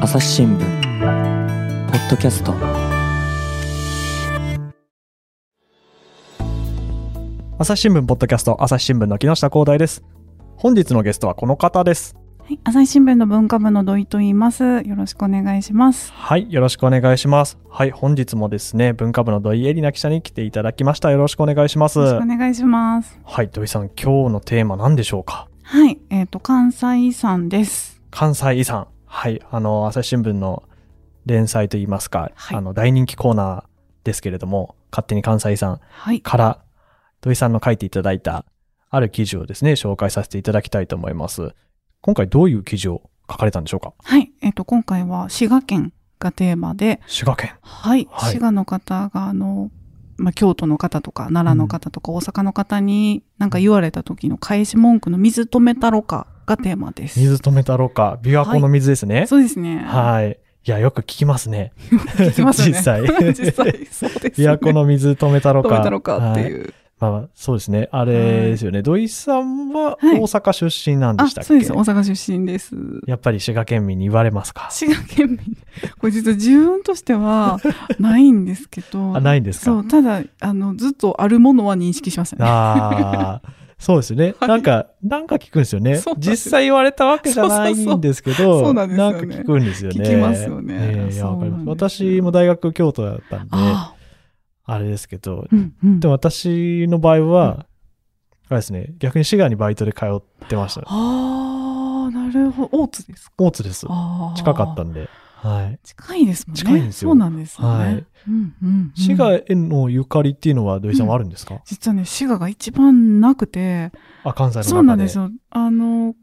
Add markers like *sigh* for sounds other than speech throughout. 朝日新聞ポッドキャスト朝日新聞ポッドキャスト朝日新聞の木下光大です本日のゲストはこの方ですはい、朝日新聞の文化部の土井と言います。よろしくお願いします。はいよろしくお願いしますはい本日もですね文化部の土井絵里奈記者に来ていただきましたよろしくお願いしますよろしくお願いします。はい土井さん今日のテーマ何でしょうかはい、えっ、と関西遺産です。関西遺産はいあの朝日新聞の連載といいますか、はいあの大人気コーナーですけれども勝手に関西遺産はい、から土井さんの書いていただいたある記事をですね紹介させていただきたいと思います今回どういう記事を書かれたんでしょうかはい、えっ、と今回は滋賀県がテーマで、滋賀県はい、はい滋賀の方があの。まあ、京都の方とか奈良の方とか大阪の方に何か言われた時の返し文句の水止めたろかがテーマです。水止めたろか、琵琶湖の水ですね。そうですね。はい。い、や、よく聞きますね。い聞きますね。実際 *laughs* 実際そうですね。琵琶湖の水止めたろ *laughs* 止か。めたろかってはいう。まあ、そうですね。あれですよね。土井さんははい大阪出身なんであ、したっけ、そうです。大阪出身です。やっぱり滋賀県民に言われますか。滋賀県民これ実は自分としてはないんですけど *laughs* あ、ないんですそか。うただあのずっとあるものは認識しましたねああ。*laughs* そうですね。はいなんか、なんか聞くんですよねそう。なんです実際言われたわけじゃないんですけそど、うなんですなよんねか聞くんですよね。聞きますよねええいそや、うわかります。なんですよ私も大学京都だったんで、ああれですけど、ーうんうんでも私の場合は、あれですね、逆に滋賀にバイトで通ってました。あーなるほど大津ですか大津です。あー近かったんで。はい。近いですもんね近いんですよそうなんですよね、はいうんうんうん滋賀へのゆかりっていうのは土井さんはあるんですか、実はね滋賀が一番なくてあ、関西の中で。そうなんですよあの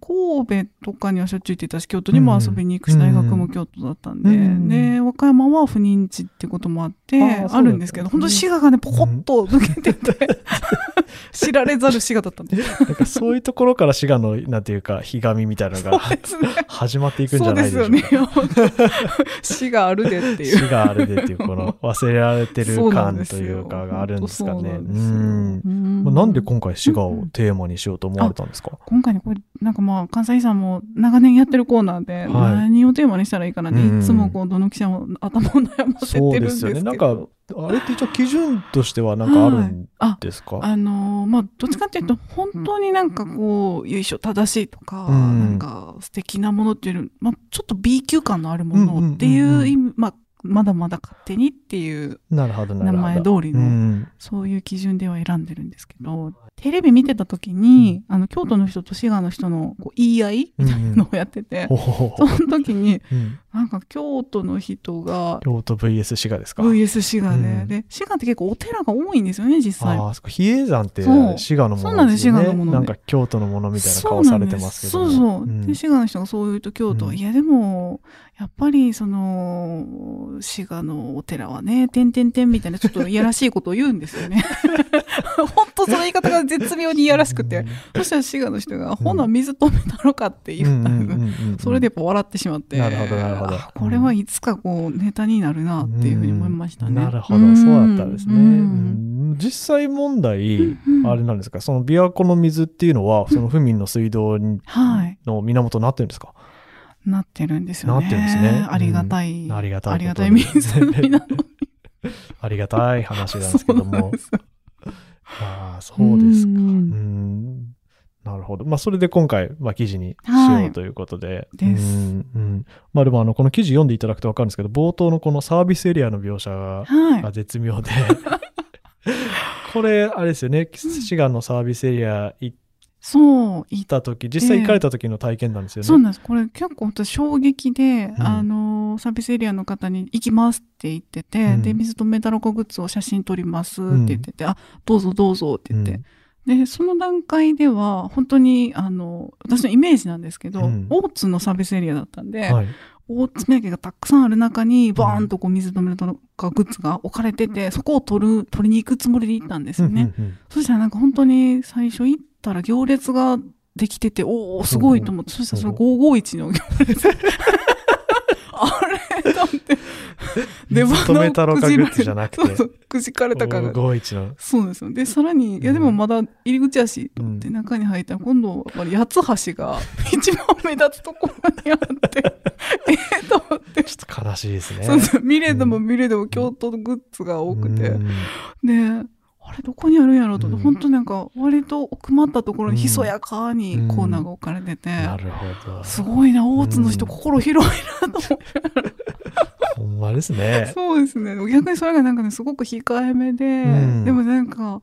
神戸とかにはしょっちゅう行ってたし京都にも遊びに行くし、うんうん大学も京都だったんで、うんで和歌山は不妊地ってこともあってああそうだあったるんですけど本当に滋賀がねポコッと抜けてて、 *laughs* 知られざる滋賀だったんですなんかそういうところから滋賀の、なんていうか、ひがみみたいなのが *laughs* そうですね始まっていくんじそゃうないでですしょうよか。ね *laughs* 滋賀あるでっていう滋賀あれでっていう、この忘れられてるそうなん感でとすいようかがあるんですかね。本当うそうなんんですよ。うんまあなんで今回滋賀をテーマにしようと思われたんですか、今回ねこれなんかまあ関西遺産も長年やってるコーナーで、はい何をテーマにしたらいいかなって、うんうんいつもこうどの記者も頭を悩ませてるんですけどなんか、あれって一応基準としてはなんかあるんあですか、あのーまあどっちかっていうと本当になんかこう由緒正しいとか、うんなんか素敵なものっていうより、まあ、ちょっと B 級感のあるもうんうんうんうんのっていう意味、まあ、まだまだ勝手にっていうなるほどなる名ほど。前通りのうんそういう基準では選んでるんですけどテレビ見てた時に、あの京都の人と滋賀の人のこう言い合いみたいなのをやってて、ほほほその時にうんなんか京都の人が京都 VS 滋賀ですか、 VS 滋賀で,、うんで滋賀って結構お寺が多いんですよね実際。ああそこ比叡山ってそう滋賀のもそうのなんでですすよね滋賀のものでなんか京都のものみたいな顔されてますけどもそうなんですそうそう、んで滋賀の人がそう言うと京都は、うんいやでもやっぱりその滋賀のお寺はね「てんてんてん」みたいなちょっといやらしいことを言うんですよ *laughs* ねほんとその言い方が絶妙にいやらしくて、そしたら滋賀の人が「ほな水止めたろか」ってう言っんたうんんです、うんうんうんそれでやっぱ笑ってしまってなるほどなるほどあこれはいつかこうネタになるなっていうふうに思いましたね、なるほど、んそうだったんですね。ううんん実際問題、うんあれなんですか、その琵琶湖の水っていうのは、その府民の水道にはいの源になってるんですか、なってるんですよね。なってるんですねありがたい。うんありがたいこと湖なの。ありがたい話なんですけども。すよああ、そうですか。ううんん。なるほど。まあ、それで今回、まあ、記事にしはよういということで。ですうん。うんまあ、でも、あの、この記事読んでいただくとわかるんですけど、冒頭のこのサービスエリアの描写が、はがい。絶妙で。 *laughs* これ、あれですよね。滋賀のサービスエリア行っそう、いた時、実際行かれた時の体験なんですよね。そうなんです。これ結構私衝撃で、うんあのー、サービスエリアの方に行きますって言ってて、うんで、水とメタロコグッズを写真撮りますって言ってて、あ、どうぞどうぞって言って、でその段階では本当にあの私のイメージなんですけど、うん大津のサービスエリアだったんで、うんはい。大津名家がたくさんある中にバーンとこう水止めとかグッズが置かれててそこを取る取りに行くつもりで行ったんですよね、うんうんうんそしたらなんか本当に最初行ったら行列ができてておおすごいと思って、そしたらそれ551の行列 *laughs* あれだって出水止めたろかグッズじゃなくて *laughs* そうそうくじかれたかが551の。そうですよ。で、さらに、いやでもまだ入り口やし、と思ってうん *laughs* 中に入ったら、今度、やっぱり八つ橋が一番目立つところにあって、 *laughs* えと思って。ちょっと悲しいですね。そうそう、見れどもう見れども京都のグッズが多くて。うんで、あれどこにあるんやろうと思って、うん本当なんか割と奥まったところにうんひそやかにコーナーが置かれてて、なるほど。すごいな、大津の人うん心広いなと思って。ほんまですね。そうですね。逆にそれがなんかね、すごく控えめで、んでもなんか、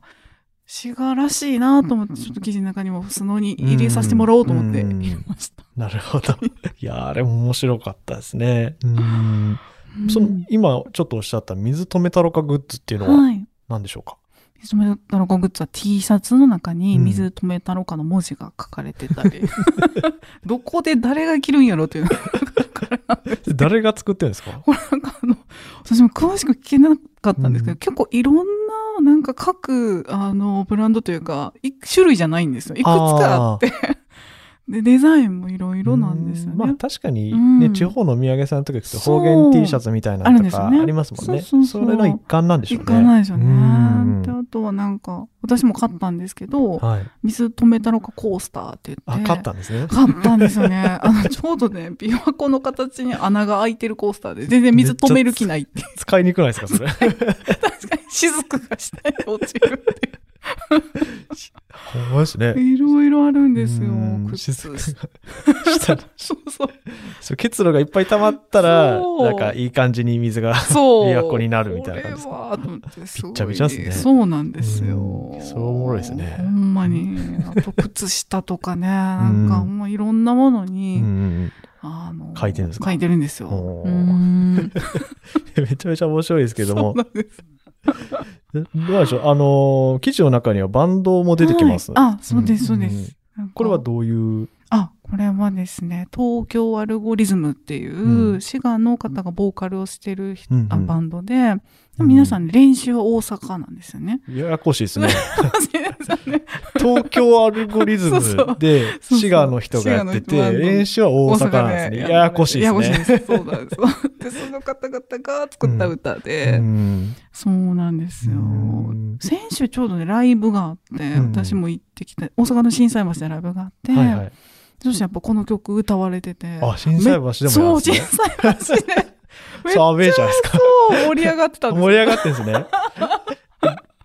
滋賀らしいなと思って、ちょっと記事の中にも素のに入れさせてもらおうと思ってうん入れました。なるほど。いやー、あれも面白かったですね。うん。そのうん、今ちょっとおっしゃった水止めたろかグッズっていうのははい。何でしょうか、水止めたろかグッズは T シャツの中にうん水止めたろかの文字が書かれてた *laughs* り、どこで誰が着るんやろっていうのが誰が作ってるんです *laughs* かこれなんかあの、私も詳しく聞けなかったんですけど、うん結構いろんな、なんか各、あの、ブランドというか、い種類じゃないんですよ。いくつかあって。で、デザインもいろいろなんですようまあね。確かにうね、ん地方のお土産さんとか行くとそう方言 T シャツみたいなあるのんでとすよかねありますもんね。そうそうそうれの一環なんでしょう行ね。かないですよね。うんで、あとはなんか、私も買ったんですけど、はい。水止めたのかコースターって言あ、って。買ったんですね。 *laughs* 買ったんですよ *laughs* ね。あの、ちょうどね、琵琶湖の形に穴が開いてるコースターで、全然水止める気ないって。使いにくないですか、そ *laughs* れ。確か *laughs* に、雫が下に落ちるっていうほんまですね。 *laughs* いろいろあるんですようん。靴雫が下。下 *laughs* そうそう。そう結露がいっぱい溜まったら、そうなんかいい感じに水が。そう。琵琶湖になるみたいな感じですこれは、と思って、すごびい。っちゃびちゃですねそうなんですよう。んそれおもろいですねほんまに。あと、靴下とかね、なんか、もういろんなもうのんうに、んあの、書いてるんですか書いてるんですよ。おーうん。うん、めちゃめちゃ面白いですけどそもう、なんです。どうでしょう、あのー記事の中にはバンドも出てきます。はいあ、そうです、うそんうです。なんかこれはどういう、あ、これはですね、東京アルゴリズムってういんう、滋賀の方がボーカルをしてる人うんうんあバンドで、皆さん練習は大阪なんですよね。ややこしいですね。皆さんね東京アルゴリズムで *laughs* そう滋賀の人がやってて、滋賀の人練習は大阪なんですね。ややこしいですね。ややこしいです。そうなんです。で、その方々が作った歌で、うんそうなんですようん。先週ちょうどね、ライブがあって、うん私も行ってきて、大阪の震災橋でライブがあって、はいはい。そしてやっぱこの曲歌われてて。あ、震災橋でもやるそんでう、す震ね。災橋で。めっ *laughs* ちそう、ゃアウェーじゃないですか。そう、盛り上がってたん *laughs* ですよ盛り上がってるんです *laughs* ね。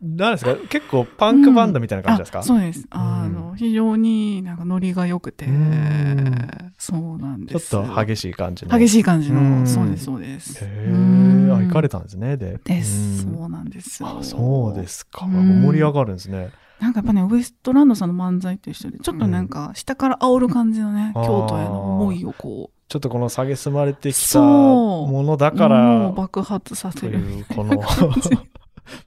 なんですか結構パンクバンドみたいな感じですか、あそうです。あの、非常になんかノリが良くてうん、そうなんちょでっす。と激しい感じの。激ししい感じうんの、そうです、そうです。へうんえ、あ、行かれたんですね。で。です。うんそうなんですよあ、。そうですか。うん盛り上がるんですね。なんかやっぱね、ウエストランドさんの漫才と一緒で、ちょっとなんか下から煽る感じのね、うん京都への思いをこう、ちょっとこの蔑まれてきたそうものだかもらう、爆発さとせる。いう、 *laughs* このじ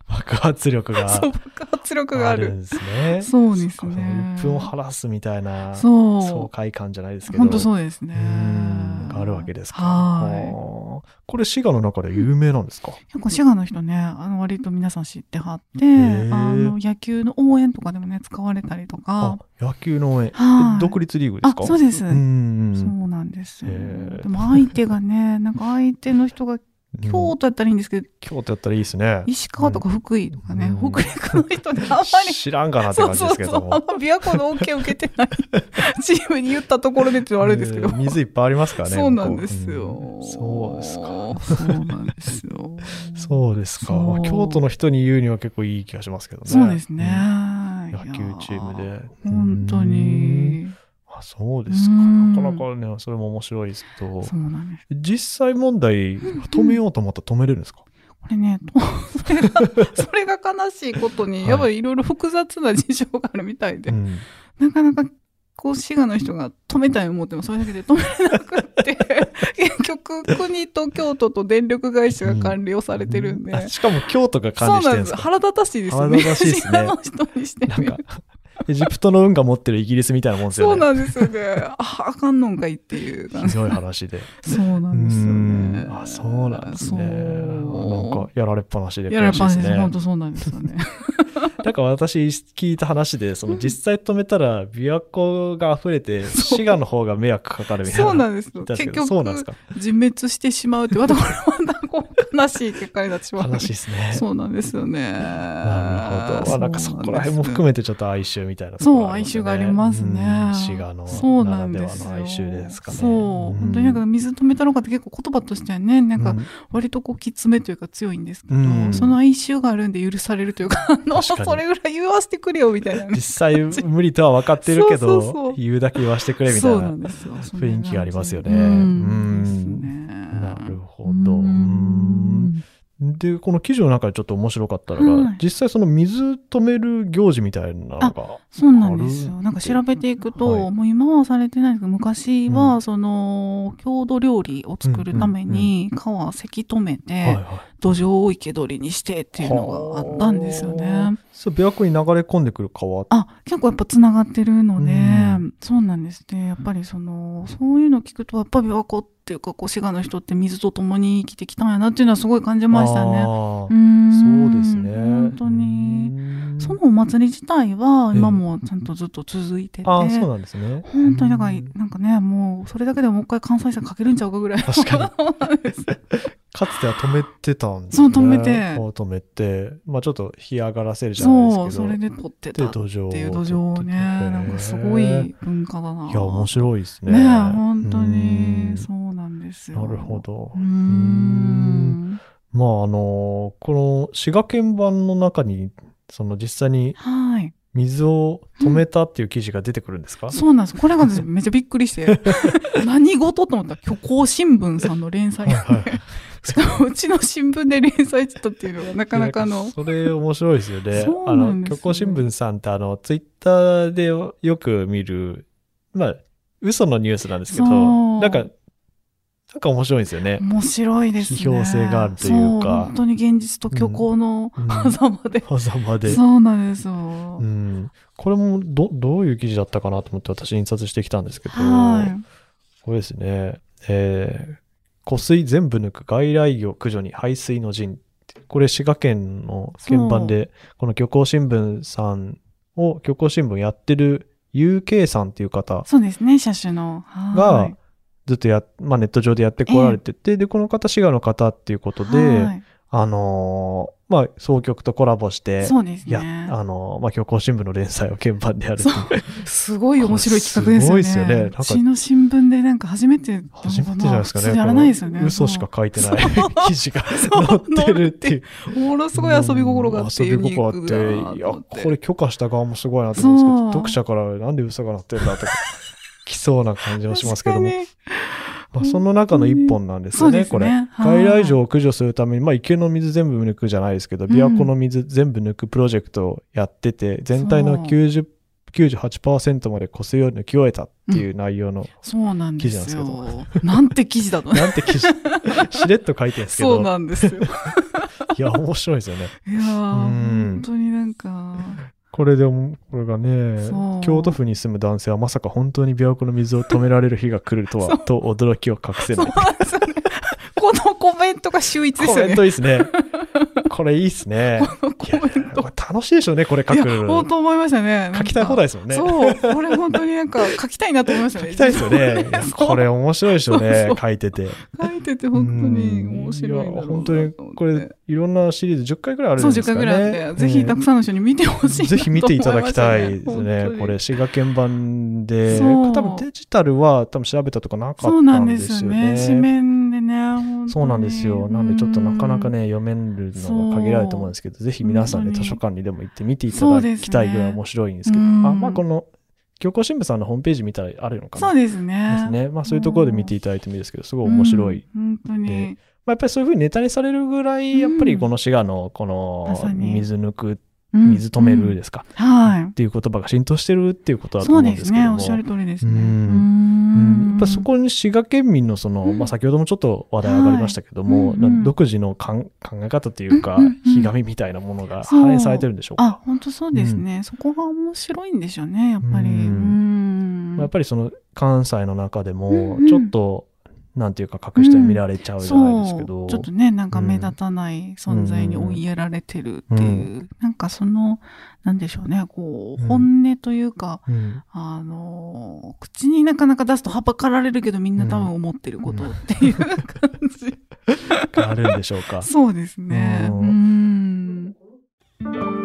爆発力がそう、爆発力がああるんる。ですね。そうですねっか鬱憤を晴らすみたいな、爽そ快感じゃないですう。けど。本当そうですねうん。があるわけですか。はい。あーこれ、滋賀の中で有名なんですか結構滋賀の人ね、あの割と皆さん知ってはって、ーあの野球の応援とかでもね、使われたりとあか。野球の応援。はいえ独立リーグですあか、。そうです。そううんなんですよ。へーでも相手がね、なんか相手の人が京京都やったらいいんですけど、京都やったらいいですね。石川とか福井とかね、うん北陸の人で *laughs* あんまり、知らんかなってそ感うじでそうすけそう、どあんまも。琵琶湖の恩恵を受け *laughs* てないチームに言ったところでっていうのはあれですけどえ。ー水いっぱいありますからね。そうなんです向こよう。うんそうですか。そうなんですよ。そうですか。そうまあ京都の人に言うには結構いい気がしますけどね。そうですね。うん。野球チームいやで。ー。本当に。うん。あ、そうですか。うんなかなかね、それも面白いですけど。そうなんです。実際問題、止めようと思ったら止めれるんですかこれね、 *laughs* とそれが、それが悲しいことに、はいやっぱりいろいろ複雑な事情があるみたいで、うんなかなか、こう、滋賀の人が止めたい思っても、それだけで止めれなくって、結局、国と京都と電力会社が管理をされてるんで、あしかも京都が管そ理してるんうなんでですす。か腹立たしいですね。腹立たしいですね滋賀の人にしてなみんるか、エジプトの運が持ってるイギリスみたいなもんですよね。そうなんですよね。あ、あかんのんかいっていう感ひじ。どい話で。そうなうんですよねん。あ、そうなんですね。そうなんか、やられっぱなしでやら悔れしいですっぱなしです。ね本。当そうなんですよね。なんか私聞いた話で、その実際止めたら琵琶湖が溢れて、滋賀の方が迷惑かかるみたいな。そうなんですよ言ってたんです結けどそうなんで局すか。自滅してしまうってまたこれまたこう悲しい結果になってしまう悲しいですね。そうなんですよねななるほど。まあなんかそこら辺も含めてちょっと哀愁みたいなところありますそよう哀愁がありますねうん滋賀のそうななんらでではすの哀よ。愁ですかね。そう。ん本当になんか水止めたのかって結構言葉としてはね、なんうかん割とこうきつめというか強いんですけど、うんその哀愁があるんで許されるというか、あの、確かにそれぐらい言わせてくれよみたいなね実際無理とは分かってるけど、そうそうそう言うだけ言わせてくれみた *laughs* そいうな。なんですよ。雰囲気がありますよねうんうんですねなるほどうんで、この記事の中でちょっと面白かったのが、はい実際その水止める行事みたいなのが、そうなんですよ。あるなんか調べていくと、はいもう今はされてないんですけど、昔うは、その、郷土料理を作るために、川、せき止めはいて、は土壌を生け捕りにしてっていいうのがあったんですよはねあ。そう、琵琶湖に流れ込んでくる川ってあ、結構やっぱ繋がってるので、うんそうなんですね。やっぱりその、そういうの聞くと、やっぱ琵琶湖っていうか、こう、滋賀の人って水と共に生きてきたんやなっていうのはすごい感じましたね。あうーん。そうですね。本当に。うんそのお祭り自体は、ええ今もちゃんとずっと続いてて。ああ、そうなんですね。本当にだから、うんなんかね、もう、それだけでもう一回関西線かけるんちゃうかぐらい。確かにそうなんです。かつては止めてたんですね。そう止めてこう止めて、まあちょっと日上がらせるじゃないですけそど。う、それで撮ってたでっ土壌をていう土壌をね、なんかすごいい文化だな。や、面白いですね。ねえ、本当うに、んそうなんですよ。なるほ。どうー。ん。まああのこの滋賀県版の中にその実際にはい。水を止めたっていう記事が出てくるんですか、そうなんです。これが私めっちゃびっくりして、 *laughs* 何事と思ったら虚構新聞さんの連載なん *laughs* で、しかもうちの新聞で連載してたっていうのがなかなかいやの、。それ面白いですよねそうあなんのですよ虚構新聞さんってあのツイッターでよく見るまあ嘘のニュースなんですけどそうなんかなんか面白いんですよね。面白いですね。批評性があるというかそ本当に現実と虚構のうん狭間で。 *laughs* 狭間で。そうなんですよう。ん、これもどどういう記事だったかなと思って私印刷してきたんですけど、はこれですね、えー湖水全部抜く外来魚駆除に排水の陣。これ滋賀県の県版で、この漁港新聞さんを、漁港新聞やってる UK さんっていう方い。そうですね、車種の。はいが、ずっとや、まあ、ネット上でやってこられてて、で、この方、滋賀の方っていうことでは、いあのーまあ、総局とコラボして、そうですや、ね。あのーまあ、漁港新聞の連載を鍵盤でやるってそいううすごい面白い企画ですよこね。れすごいですよねなんかうちの新聞でなんか初めて、初めてじゃないですか普ね。通やらないですよね。この嘘しか書いてないそう *laughs* 記事がそう載ってるって *laughs* いう。ものすごい遊び心があって、うん遊び心ユニがあっーて、クいだなや、と思ってこれ許可した側もすごいなと思うんですけそうど、読者からなんで嘘が載ってんだとか、 *laughs* 来そうな感じもしますけども、確かまあ、その中の一本なんでにすそようでね、すね。これ。はい外来魚を駆除するために、まあ、池の水全部抜くじゃないですけど、うん琵琶湖の水全部抜くプロジェクトをやってて、全体そうの90 98%まで湖水を抜き終えたっていう内容の、そうなんで記す事よな。なんて記事だのなんて *laughs* 記事、しれっと書いてるんですけそどう、なんですよ。いいや、面白いですよ *laughs* ね。やー、うん本当になんか、これでも、これがねそう、京都府に住む男性はまさか本当に琵琶湖の水を止められる日が来るとは、と驚きを隠せそなうい。なんですよね。このコメントが秀逸ですコメよンねト。いいですね。これいいですね。いやコメントこれ楽しいでしょうね、これ書いや、くの本当思いましたね。書きたい放題ですもんね。そう、これ本当になんか書きたいなと *laughs* 思いましたね。書きたいですよね。いやそうこれ面白いでしょうねそうそう、書いてて。書いてて本当にうん面白いんいやだろうな本当と思っにて。、これ、いろんなシリーズ10回ぐらいあるそんう、です10か回ね。ぐらいあって、ぜひたくさんの人に見てほしいなぜひ見ていただきたいとです思ましねた。これ、滋賀県版で、そう多分デジタルは多分調べたとかなかそっうなたんんでですすよよね。ね。紙面でね、本当にそうなんですよ。なんでちょっとなかなかね、読めるのが限られると思うんですけど、ぜひ皆さん本ね、当に図書館にでも行って見ていたそうだですねきたいぐらい面白いんですけど、あうんまあこの、教皇新聞さんのホームページ見たらあるのうかん。な。そうですね。ですね。まあそういうところで見ていただいてもいいですけど、すごい面白い。うん。本当にね。まあ、やっぱりそういうふうにネタにされるぐらい、やっぱりこの滋賀のこのまさに水抜く、うん水止めるうんですか、はっていう言葉が浸透してるっていうことい。だとそ思ううんでですすけね。どおも。っしゃる通りですね。ううんうんんやっぱそこに滋賀県民のその、うんまあ先ほどもちょっと話題上がりましたけども、はいうんうん独自のかん考え方というか、うんうんうんひがみみたいなものがそう反映されてるんでしょうあか。、本当そうですね。そこが面白いんでしょうね、やっぱり。ううんん。まあやっぱりその関西の中でうんもうんちょっと、なんていうか格下に見られちゃうじゃないですけど、そうちょっとねなんか目立たない存在に追いやられてるっていう、なんかそのなんでしょうねこううん本音というか、うんあの口になかなか出すとはばかられるけどみんな多分思ってることっていう感じ、 *laughs* があるんでしょうか *laughs* そうですねうんうん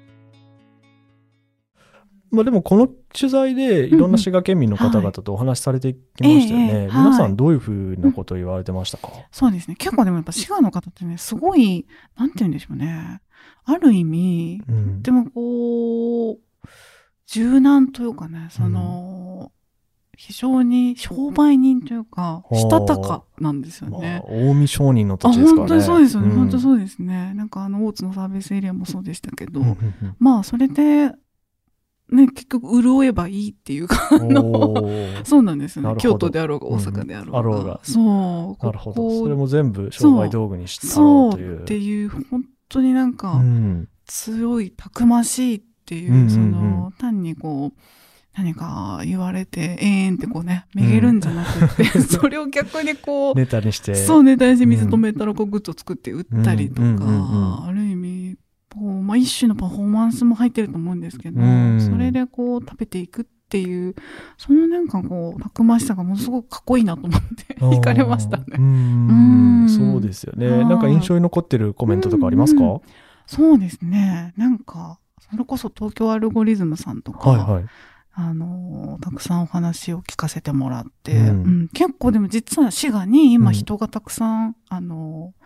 まあでもこの取材でいろんな滋賀県民の方々とお話しされてきましたよね、はいええ皆さはいんどういうふうなことを言われてましたか、そうですね結構でもやっぱ滋賀の方ってねすごいなんて言うんでしょうねある意味うんでもこう柔軟というかねその、非常に商売人というかほうしたたかなんですよまあね。、近江商人のあ土地ですからね本当にそうですよね、ん本当そうですねなんかあの大津のサービスエリアもそうでしたけど、うんうんまあそれでね結局潤えばいいっていうかうんのおーそうなんですよなねるほど京都であろうが大阪であろううんが、あろうがそうなるほこどこそれも全部商売道具にしたろそうといううっていう本当になんか、うん強いたくましいっていう,、うんうんうんその単にこう何か言われてええんってこうねめげるんじゃなくて、 *laughs* それを逆にこう、ネタにしてそうね大事水止めたらこうグッと作って打ったりとか、うんうんうんうんある意味こう、まあ、一種のパフォーマンスも入ってると思うんですけど、うんそれでこう食べていくっていうそのなんかこうたくましさがものすごくかっこいいなと思ってあー惹かれましたね。うーうんんそうですよね。はいなんか印象に残ってるコメントとかありますか、うんうんそうですねなんかそれこそ東京アルゴリズムさんとか、はいはい。あのーたくさんお話を聞かせてもらって、うんうん結構でも実は滋賀にう今ん人がたくさん、あのー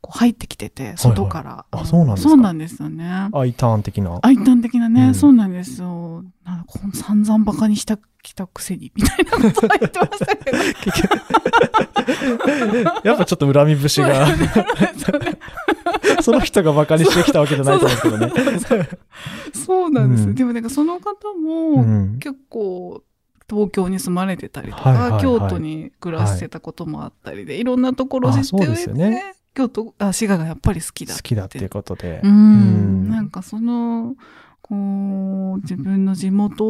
こう入ってきてて外から、あのそうなんですかそうなんですよね I ターン的な。一般的なね、うんそうなんですよなんかこう散々バカにしたきたくせにみたいなことは言ってましたけど *laughs* やっぱちょっと恨み節 *laughs* が、そうねその人が馬鹿にしてきたわけじゃないと思うんですけどね。そうなんですよ、うんでもなんかその方 *laughs* も、うん結構東京に住まれてたりとか、はいはいはい京都に暮らしてたこともあったりで、い、ろんなところを知っあそうてでるすよねね京都あ滋賀がやっぱり好きだ好きだっていうことでう。ん、んなんかそのこう自分の地元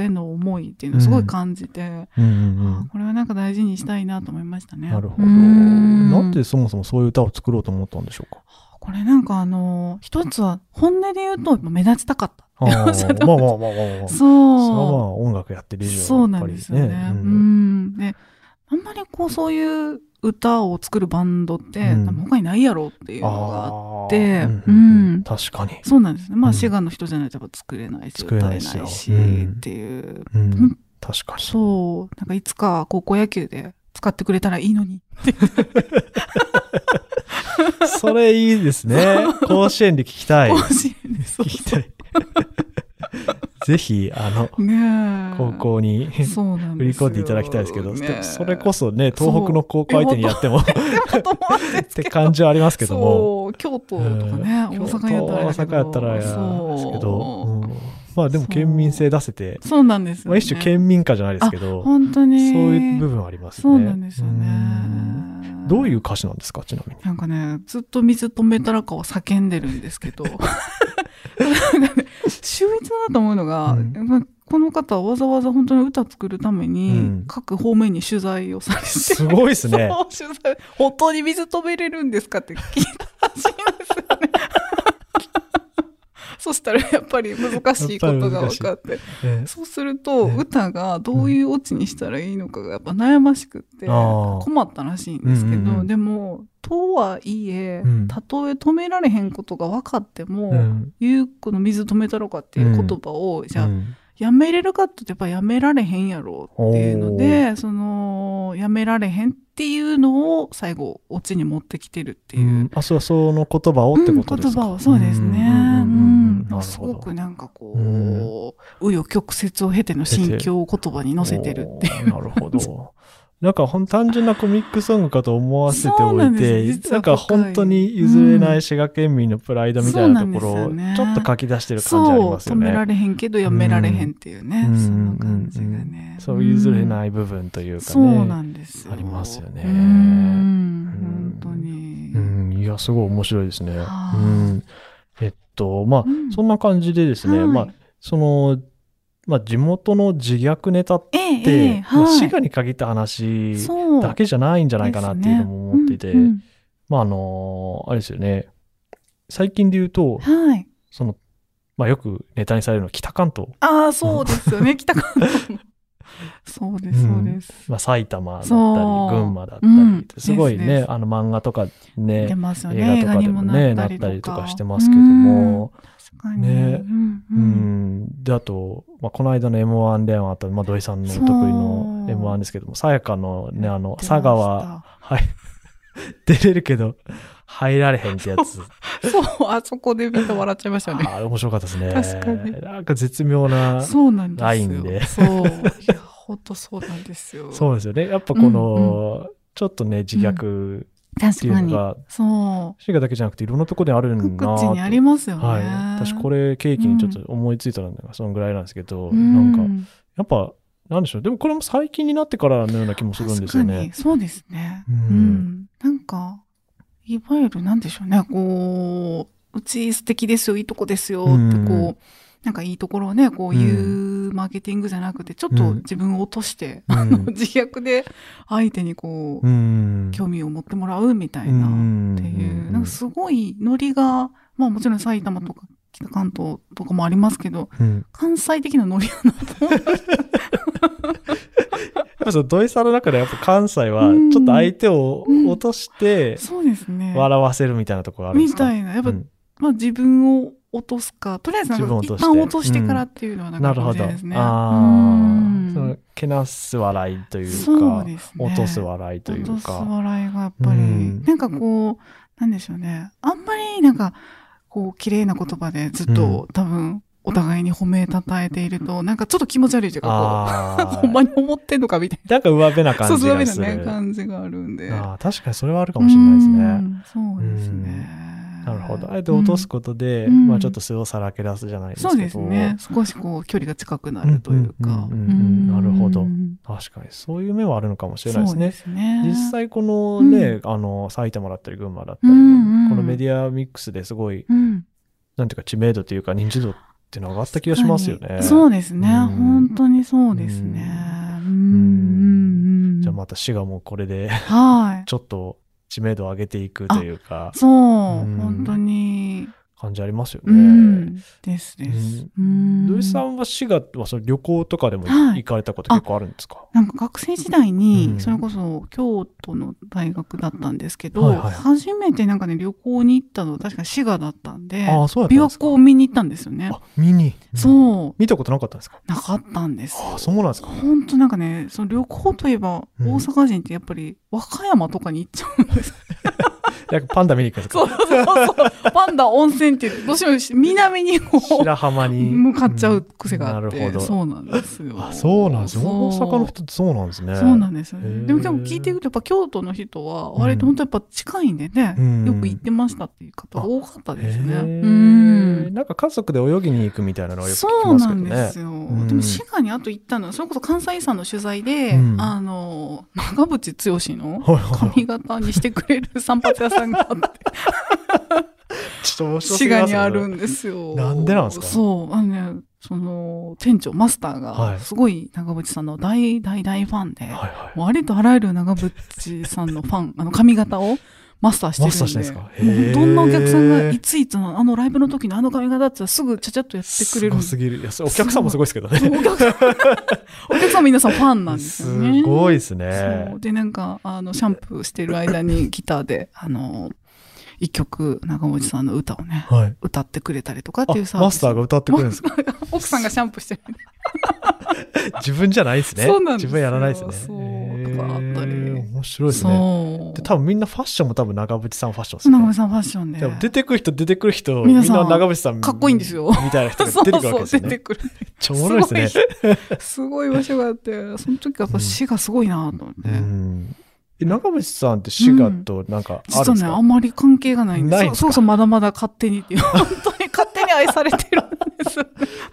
への思いっていうのをすごい感じて、うんうんうあんこれはなんか大事にしたいなと思いましたね。なるほど。うんなんでそもそもそういう歌を作ろうと思ったんでしょう *laughs* か。これなんかあの一つは本音で言うとやっぱ目立ちたかった。あーおっしゃってましたまあまあまあまあまあ。それはまそう。あ音楽やってる以上そうなんですよね。やっぱりううんん。で、あんまりこうそういう歌を作るバンドって、うん多分他にないやろっていうのがあっあてーうんうんううんん確かに。そうなんですね。まうあ、ん滋賀の人じゃないとやっぱ作れないし、作れ歌なえいしないし、うんっていう。うん確かに。そう。なんかいつか高校野球で使ってくれたらいいのに。それいいですね。甲子園で聞きたい。 *laughs* 甲聞子園でそうきたい。 *laughs* ぜひ、あの、ねえ高校にそうなん振でりすよ込んでいただきたいですけど、ねでえそれこそね、東北の高校相手にやっても *laughs* っでもと思うんです *laughs* てけど感じはありますけども。そう、京都とかね、うん大阪やったらあれだ京けど。都大阪やったらあれですけど、そううんまあでも県民性出せて、そうなんですよ、まあね。一種県民化じゃないですけど、そう本当に。いう部分はありますね。そうなんですようんね。どういう歌詞なんですか、ちな *laughs* みに。なんかね、ずっと水止めたらかを叫んでるんです *laughs* けど、なんかね秀逸だなと思うのが、うんやっぱこの方はわざわざ本当に歌作るために、うん各方面に取材をされて、すごいですね。そう取材本当に水止めれるんですかって聞いたらしいんですよ *laughs* ね。そしたらやっぱり難しいことが分かってえそうするとね歌がどういうオチにしたらいいのかがやっぱ悩ましくってあー困ったらしいんですけど、うんうんうんでもとはいえうんたとえ止められへんことが分かっても、うんゆうこの水止めたろかっていう言葉を、じゃあうんやめれるかって言ってやっぱやめられへんやろっていうのでそのやめられへんっていうのを最後オチに持ってきてるっていう、うんあ、そう、その言葉をってことですか、うん言葉をそうですね。ううんうんうんうんんなるほどすごくなんかこう、うん紆余曲折を経ての心境を言葉に乗せてるっていう。おーなるほ *laughs* ど。なんかほん単純なコミックソングかと思わせておそうなんいですよて、実なはんか本当に譲れなうい滋賀県民のプライドみたいなところそうなをんですよねちょっと書き出 *laughs* してる感じありそう、ます止よめらね。れへんけどやめられへんっていうね。うんその感じがね。そういう譲れい。ない部分というかそうねな。んですよ。ありますよねうん、本当にう。ん、いや、すごい面白いですね。うはいん、えっと、まあ、うんそんな感じでですね、はいまあ、その、まあ、地元の自虐ネタっええて、ええまあ、はい滋賀に限った話そうだけじゃないんじゃないかなっていうのも思ってて、ですねうんまああのあれですよね最近で言うとうんはい。その、まあ、よくネタにされるのは北関東、ああ、そうで *laughs* すよね。北関東の。そうです、そうです。まあ、埼玉だったりそう群馬だったり、うんすごいねですですあの漫画とか出ねますよね。映映画と画かにでももなねったなっりとたか。りとかしてますけども確かに。ねうんううんんであと、まあ、この間の m 1でもあった、まあ、土井さんのお得意のそう m 1ですけどもさやかのねあの出ました佐川はい出れるけど入られへんってやつそう、あそこで見て笑っちゃいましたよね。ああ、面白かったですね。確かになんか絶妙な。そ *laughs* そうなんですよ。ラインでそう。い *laughs* や、ほんとそうなんですよ。うですよね。やっぱこの、ちょっとね、自虐っ確ていかうのに。が、そ滋賀だけじゃなくていろんなところにあるう。んだ各な地とにありますよね。はい。私これ、れケーキにちょっと思いついたのが、そのぐらいなんですけど、なんか、んか、やっぱ、なんでしょう。でもこれも最近になってからのような気もするんですよ確かねに。そうですね。ううんん。なんか、いわゆるなんでしょうね、こう、うち素敵ですよ、いいとこですよ、ってこう、うんなんかいいところをね、こういううマーケティングじゃなくて、ちょっとうん自分を落として、うん。自虐で相手にこう、うん。興味を持ってもらうみたいな。っっていう、なんかすごいノリが、まあもちろん埼玉とか北関東とかもありますけど、うん。関西的なノリだなと思って。やっぱその土井さんの中でやっぱ関西はうんちょっと相手を落として *laughs* そうですね。笑わせるみたいなところがあるんでみすかたいな。やっぱ、うんまあ自分を落とすか、とりあえずなんか自分一を旦落落ととししててからっていうのはなんなかるかもほしど。れあないですね。あ、うんそのけなす笑いというそうか、ですね。落とす笑いとい落うとすか。笑いがやっぱり、うんなんかこう、なんでしょうね。あんまりなんか、こう、綺麗な言葉でずっと、多分、お互いに褒めたたえていると、なんかちょっと気持ち悪いというか、こう、あ *laughs* ほんまあ、に思ってんのかみたいなんか上辺なな、そ感うじそうがなすね、る。あ感じがあるんで。あ、確かにそれはあるかもしれないですね。うんそうですね。なるほど。あえて落とすうんことで、うんまあちょっと素をさらけ出すじゃないですけど。そうですね。少しこう、距離が近くなるというか。うんうんうんうんなるほどうん確かにそういう面はあるのかもしれないでそすうでね。すね。実際このね、あの、埼玉だったり群馬だったりの、うんうんこのメディアミックスですごい、うんなんていうか知名度というか認知度っていうのが上がった気がしますよ確かね。にそうですね。うん本当にそうですね。うんうんうんじゃあまた滋賀もこれではちょっと知名度を上げていくというかい。、そう、うん本当に。感じありますようね。ん。ですでうすん。うん土井さんは滋賀はその旅行とかでもはい行かれたこと結構あるんですか、なんか学生時代うんに、それこそ京都の大学だったんですけど、はいはい初めてなんかね、旅行に行ったのは確か滋賀だったんで、ああ、そうやったん琵で琶すか。湖を見に行ったんですよね。あ、見に。うん。そ見たことなかったんですかう、なかったんですよ。あ、そうなんですか。本当なんかね、その旅行といえば、うん大阪人ってやっぱり和歌山とかに行っちゃうんですよ。なんかパンダ見に行くんです *laughs* そうかそうそう。パンダ温泉っていう、どうしても南にこう、白浜に。向かっちゃう癖があうっんなて、るほど。そうなんですよ。あ、そうなんですよ。大そう阪の人ってそうなんですね。そうなんですよへーね。でもでも聞いていくと、やっぱ京都の人は、割と本当やっぱ近いんでね、うんよく行ってましたっていう方が多かったですね。へうーん。なんか家族で泳ぎに行くみたいなのはよく聞きそうますけなどんね。ですよ。んでも滋賀にあと行ったのは、それこそ関西遺産の取材で、うんあの、長渕剛のはいはいはい髪型にしてくれる散髪屋さんがあって、 *laughs* ちょっと面白す滋ぎ賀ますによあそれるんですよ。なんでなんですかそう、あのね、その、店長、マスターはいが、すごい長渕さんの大大大ファンで、はいはい。もうありとあらゆる長渕さんのファン、あの髪型をマスターしてるんマで。スターしてんですかへーもうどんなお客さんがいついつのあのライブの時のあの髪型って言ったらすぐちゃちゃっとやってくれるんごですす。ぎる。いや、それお客さんもすごいですけどそうね。お客さん、お客さん皆さんファンなんですよね。すごいですそねう。で、なんか、あの、シャンプーしてる間にギターで、あの、一曲、長渕さんの歌をね、はい。歌ってくれたりとかっあていうサービス。マスターが歌ってくるん *laughs* ですかマスターが奥さんがシャンプーしてる自分じゃないですね。そうなんで自すよ分やらないですね。そうへーとかあったり面白いですね。そう。で多分みんなファッションも多分長渕さんファッションですよ長ね渕さんファッションで。でも出てくる人出てくる人みん皆なさん長渕さんかっこいいんですよみたいな人が出てくるわけですよ *laughs* そうそう、出てね。くる。ちょおもろいですね。すごい場所があって、その時やっぱ死がすごいなと思って。うんえ長渕さんって滋賀となんかあ実るんはですね、か、あんまり関係がないんですないんでそうすかそうそう、まだまだ勝手にっていう。本当に勝手に愛されてるんです。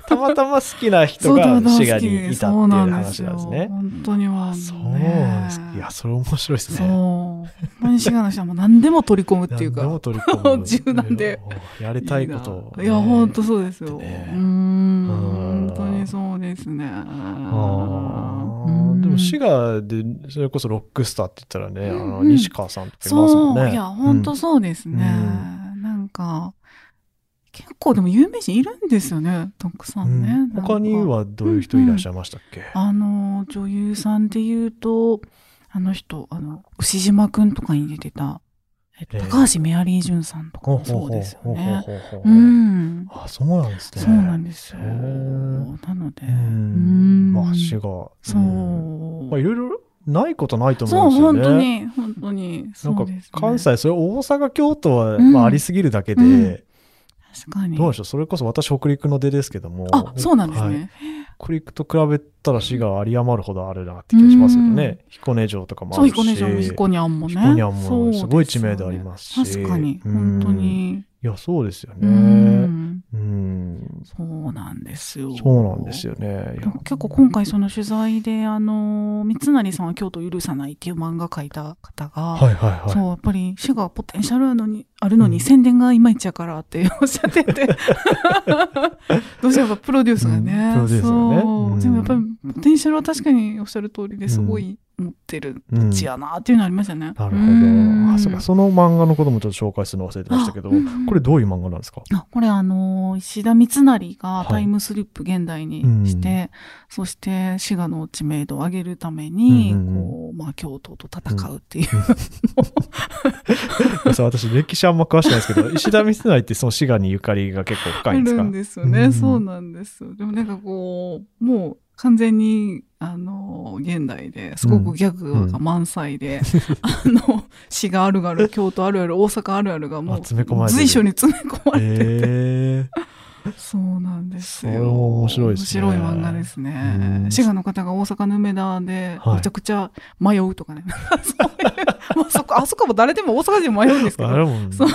たまたま好きな人そうがだ滋賀にいたっていう話なんですそうね。本当には、ね。そうなんです。いや、それ面白いですそう。ね。ほんまに滋賀の人はもう何でも取り込むっていうか。何でも取り込む柔軟で。やりたいことをねいや、本当そうですよ。うねーん。うん本当にそうですね。あうーんでも滋賀でそれこそロックスターって言ったらね、あのうん西川さんっていますもそんね。う、いや、本当うんそうですね。なんか、結構でも有名人いるんですよね、たくさんね。うんなんか他にはどういう人いらっしゃいましたっけ、あの、女優さんで言うと、あの人、あの、牛島くんとかに出てた、えっとええ高橋メアリージュンさんとかほもほほそうですよね。ほほほほうん。あ、そうなんですね。そうなんですよ。へえなので、ううんん。まあ、滋賀。そう。んまあ、いろいろないことないと思そうう、んですよね。本当に、本当に。なんそかうですね関西、それ大阪、京都は、うんまあ、ありすぎるだけで、うん確かに。どうでしょう、それこそ私、北陸の出ですけども、あ、そうなんですはいね。北陸と比べたら滋賀あり余るほどあるなって気がしますよね。彦根城とかもあそう、るし。彦根城も彦根あんもね。彦根はもうすごい知名度でありすよねますし。確かに、うん本当。に。いや、そうですようね。ん。うん。そうなんですよ。そうなんですよね。いでやも結構今回その取材で、あの、三成さんは京都を許さないっていう漫画書いた方が、はいはいそはう、やっぱり滋賀はポテンシャルあるのに、あるのうんに宣伝がいまいちやからっておっしゃって *laughs* て、どうしてもやっぱプロデュースがね、うんプロデュースがねそううんでもやっぱりポテンシャルは確かにおっしゃる通りですごい持ってるい。うんうちやなっていうのありましたね。なうるほんど。あ、そうか。その漫画のこともちょっと紹介するの忘れてましたけどあう、んこれどういう漫画なんですかあこれあのー石田三成はがいタイムスリップ現代にして、そして滋賀の知名度を上げるために、うんうんうんこうまあ、京都と戦うっていう、 *laughs* そう私、歴史あんま詳しくないですけど、石田三成ってその滋賀にゆかりが結構深いんです *laughs* あるかんですよね、うんそうなんですよでもなんかこうもう完全にあのー現代ですごくギャグが満 *laughs* 載で、あの滋賀あるある京都あるある大阪あるあるがもあう詰め込まれてる随所に詰め込まれてて、ええそうなんですよ。それも面白いですね面白い漫画ですうねん。滋賀の方が大阪の梅田で、はいめちゃくちゃ迷うとかね。 *laughs* そういう、まあそこ、あそこも誰でも大阪人も迷うんですけ *laughs* あれど。もそう。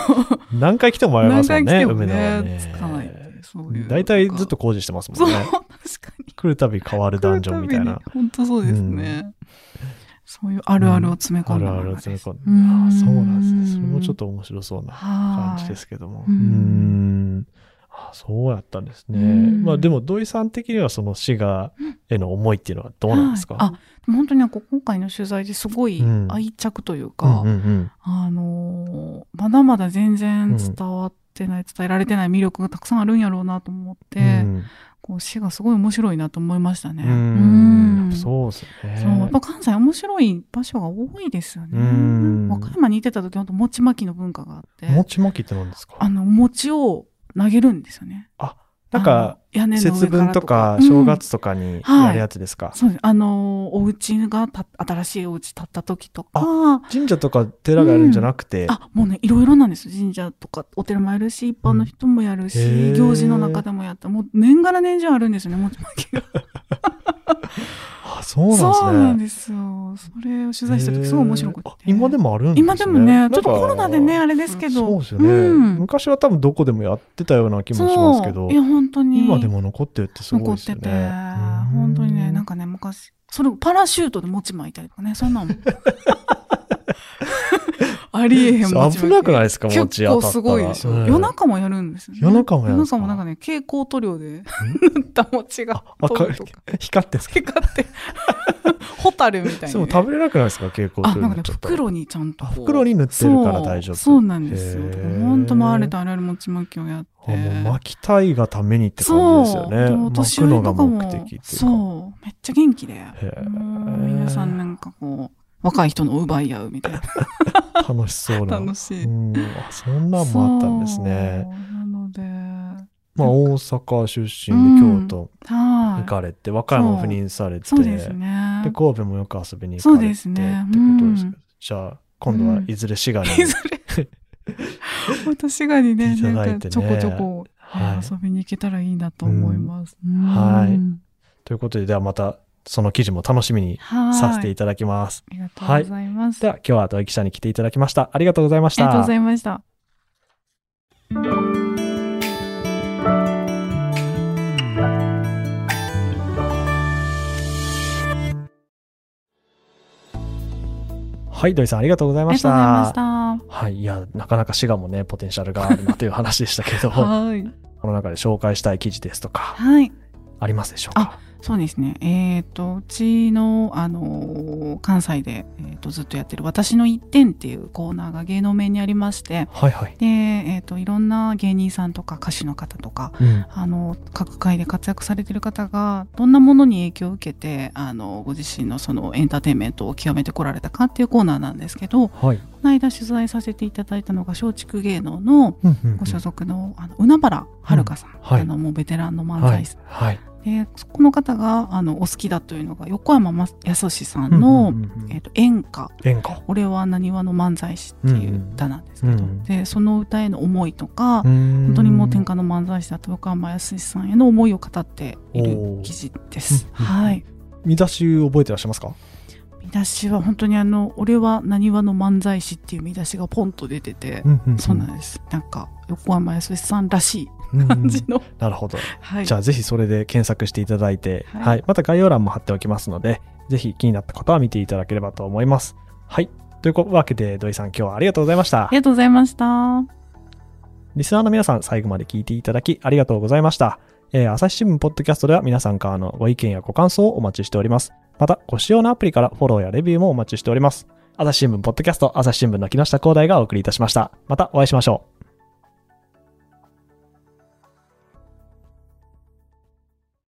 何回来ても迷いま何すも回ん来ね、ても梅田はね、ねつかないって。そういう。大体ずっと。工事してますそもう、ん確ね。かに。来るたび変わるダンジョンみたいな。本当そうですね。そういうあるあるを詰め込あんるだあ漫る画詰めです。込んうんで。あそうなんですね。それもちょっと面白そうな感はじいですけども。ううんん。あそうやったんですね。うんまあでも土井さん的にはその滋賀への思いっていうのはどうなんですか、はいあ、でも本当になんか今回の取材ですごいうん愛着というか、うんうんうんあのーまだまだ全然伝わってない、伝えられてない魅力がたくさんあるんやろうなと思って、うんこう詩がすごい面白いなと思いましたね。うんやうっんぱそうそうですね。やっぱ関西面白い場所が多いですよね。うん和歌山に行ってた時、本当餅巻きの文化があって、餅巻きって何ですかあの、餅を投げるんですよね。なんか、あの、屋根の節上から分とか正月とかにはいやるやつですかうん、そうです。あのー、お家がた、新しいお家建った時とか、神社とか寺がやるんじゃなくて、あもうねいろいろなんです神社とかお寺もやるし一般の人もやるし、うんへー行事の中でもやったもう年がら年中あるんですよね餅巻きがあそうなんですね。そうなんですよそれを取材した時すごい面白くてあ今でもあるんですね。今でもねちょっとなんかコロナでねあれですけどそうですよね、うん昔は多分どこでもやってたような気もしますけどそうい、や本当に今でも残ってるってすご残いっですてよね。て、本当にねなんか。かね昔それをパラシュートで餅巻いたりとかねそ *laughs* んなんも *laughs* ありえへん餅巻き危なくないですか餅結当たっ構たらすごいでしょ、うん夜中もやるんですよね夜中もやるん夜ですか中もなんかね蛍光塗料で塗った餅があ赤い飛ぶとか光ってんすか光って *laughs* ホタルみたいでな、もね、食べれなくないですか蛍光あ灯なんになかねっちゃったら袋にちゃんとあこう袋に塗ってるから大丈夫。そうそうなんですよへーほんと回れとあらゆる餅巻きをやってあもう巻きたいがためにってそ感うじですよね。でも巻年く寄りのとがかも目的っていうか。そうめっちゃ元気でーもう皆さんなんかこう若い人のを奪い合うみた *laughs* いな楽しそうな。楽しい、うん、あそんなんもあったんですね。そうなのでまあ、大阪出身で京都は行いかれて、和歌山も赴任されて、そうですねで神戸もよく遊びに行かれてそうってですねことですうけんど、じゃあ今度はいずれ滋賀に、いずれ。私がにね、いただないてねんかちょこちょこ、はい遊びに行けたらいいなと思います。うんはい *laughs* ということで、ではまたその記事も楽しみにはい。させていただきます。ありがとうございます。では、今日は土井記者に来ていただきました。ありがとうございましあた。りがとうございました。はい、土井さん、ありがとうございあまりした。がとうございましはい、いや、なかなか滋賀もね、ポテンシャルがあるなという話でしたけど、 *laughs* た。はい。この中で紹介したい記事ですとか、はい。ありますでしょうかそうですね。えっ、と、うちの、あのー関西で、えーと、ずっとやってる、私の一点っていうコーナーが芸能面にありまして、はいはい。で、えっ、と、いろんな芸人さんとか歌手の方とか、うん。あの、各界で活躍されてる方が、どんなものに影響を受けて、あの、ご自身のそのエンターテインメントを極めてこられたかっていうコーナーなんですけど、こはい。の間取材させていただいたのが、松竹芸能のうんうんうんご所属の、あの、海原遥さん、はいあの、もうベテランの漫は才い師。はい。でこの方があのお好きだというのが横山ま康史さんのの、えっと演歌演歌「俺はなにわの漫才師」っていう歌なんですけど、うんうんでその歌への思いとか、本本当にもう天下の漫才師だった横山康史さんへの思いを語っていおるー記事です。うんうんはい見出し覚えてらっしゃいますか見出しは本当にあの「俺はなにわの漫才師」っていう見出しがポンと出てて、そうなんですなんか横山康史さんらしい感感じの、なるほど。はいじゃあぜひそれで検索していただいて、はいはい。また概要欄も貼っておきますので、ぜひ気になった方は見ていただければと思います。はい。というわけで土井さん今日はありがとうございましたあり。がとうございました。リスナーの皆さん、最後まで聞いていただきありがとうございました。えー朝日新聞ポッドキャストでは皆さんからのご意見やご感想をお待ちしております。また、ご使用のアプリからフォローやレビューもお待ちしております。朝日新聞ポッドキャスト、朝日新聞の木下光大がお送りいたしました。またお会いしましょう。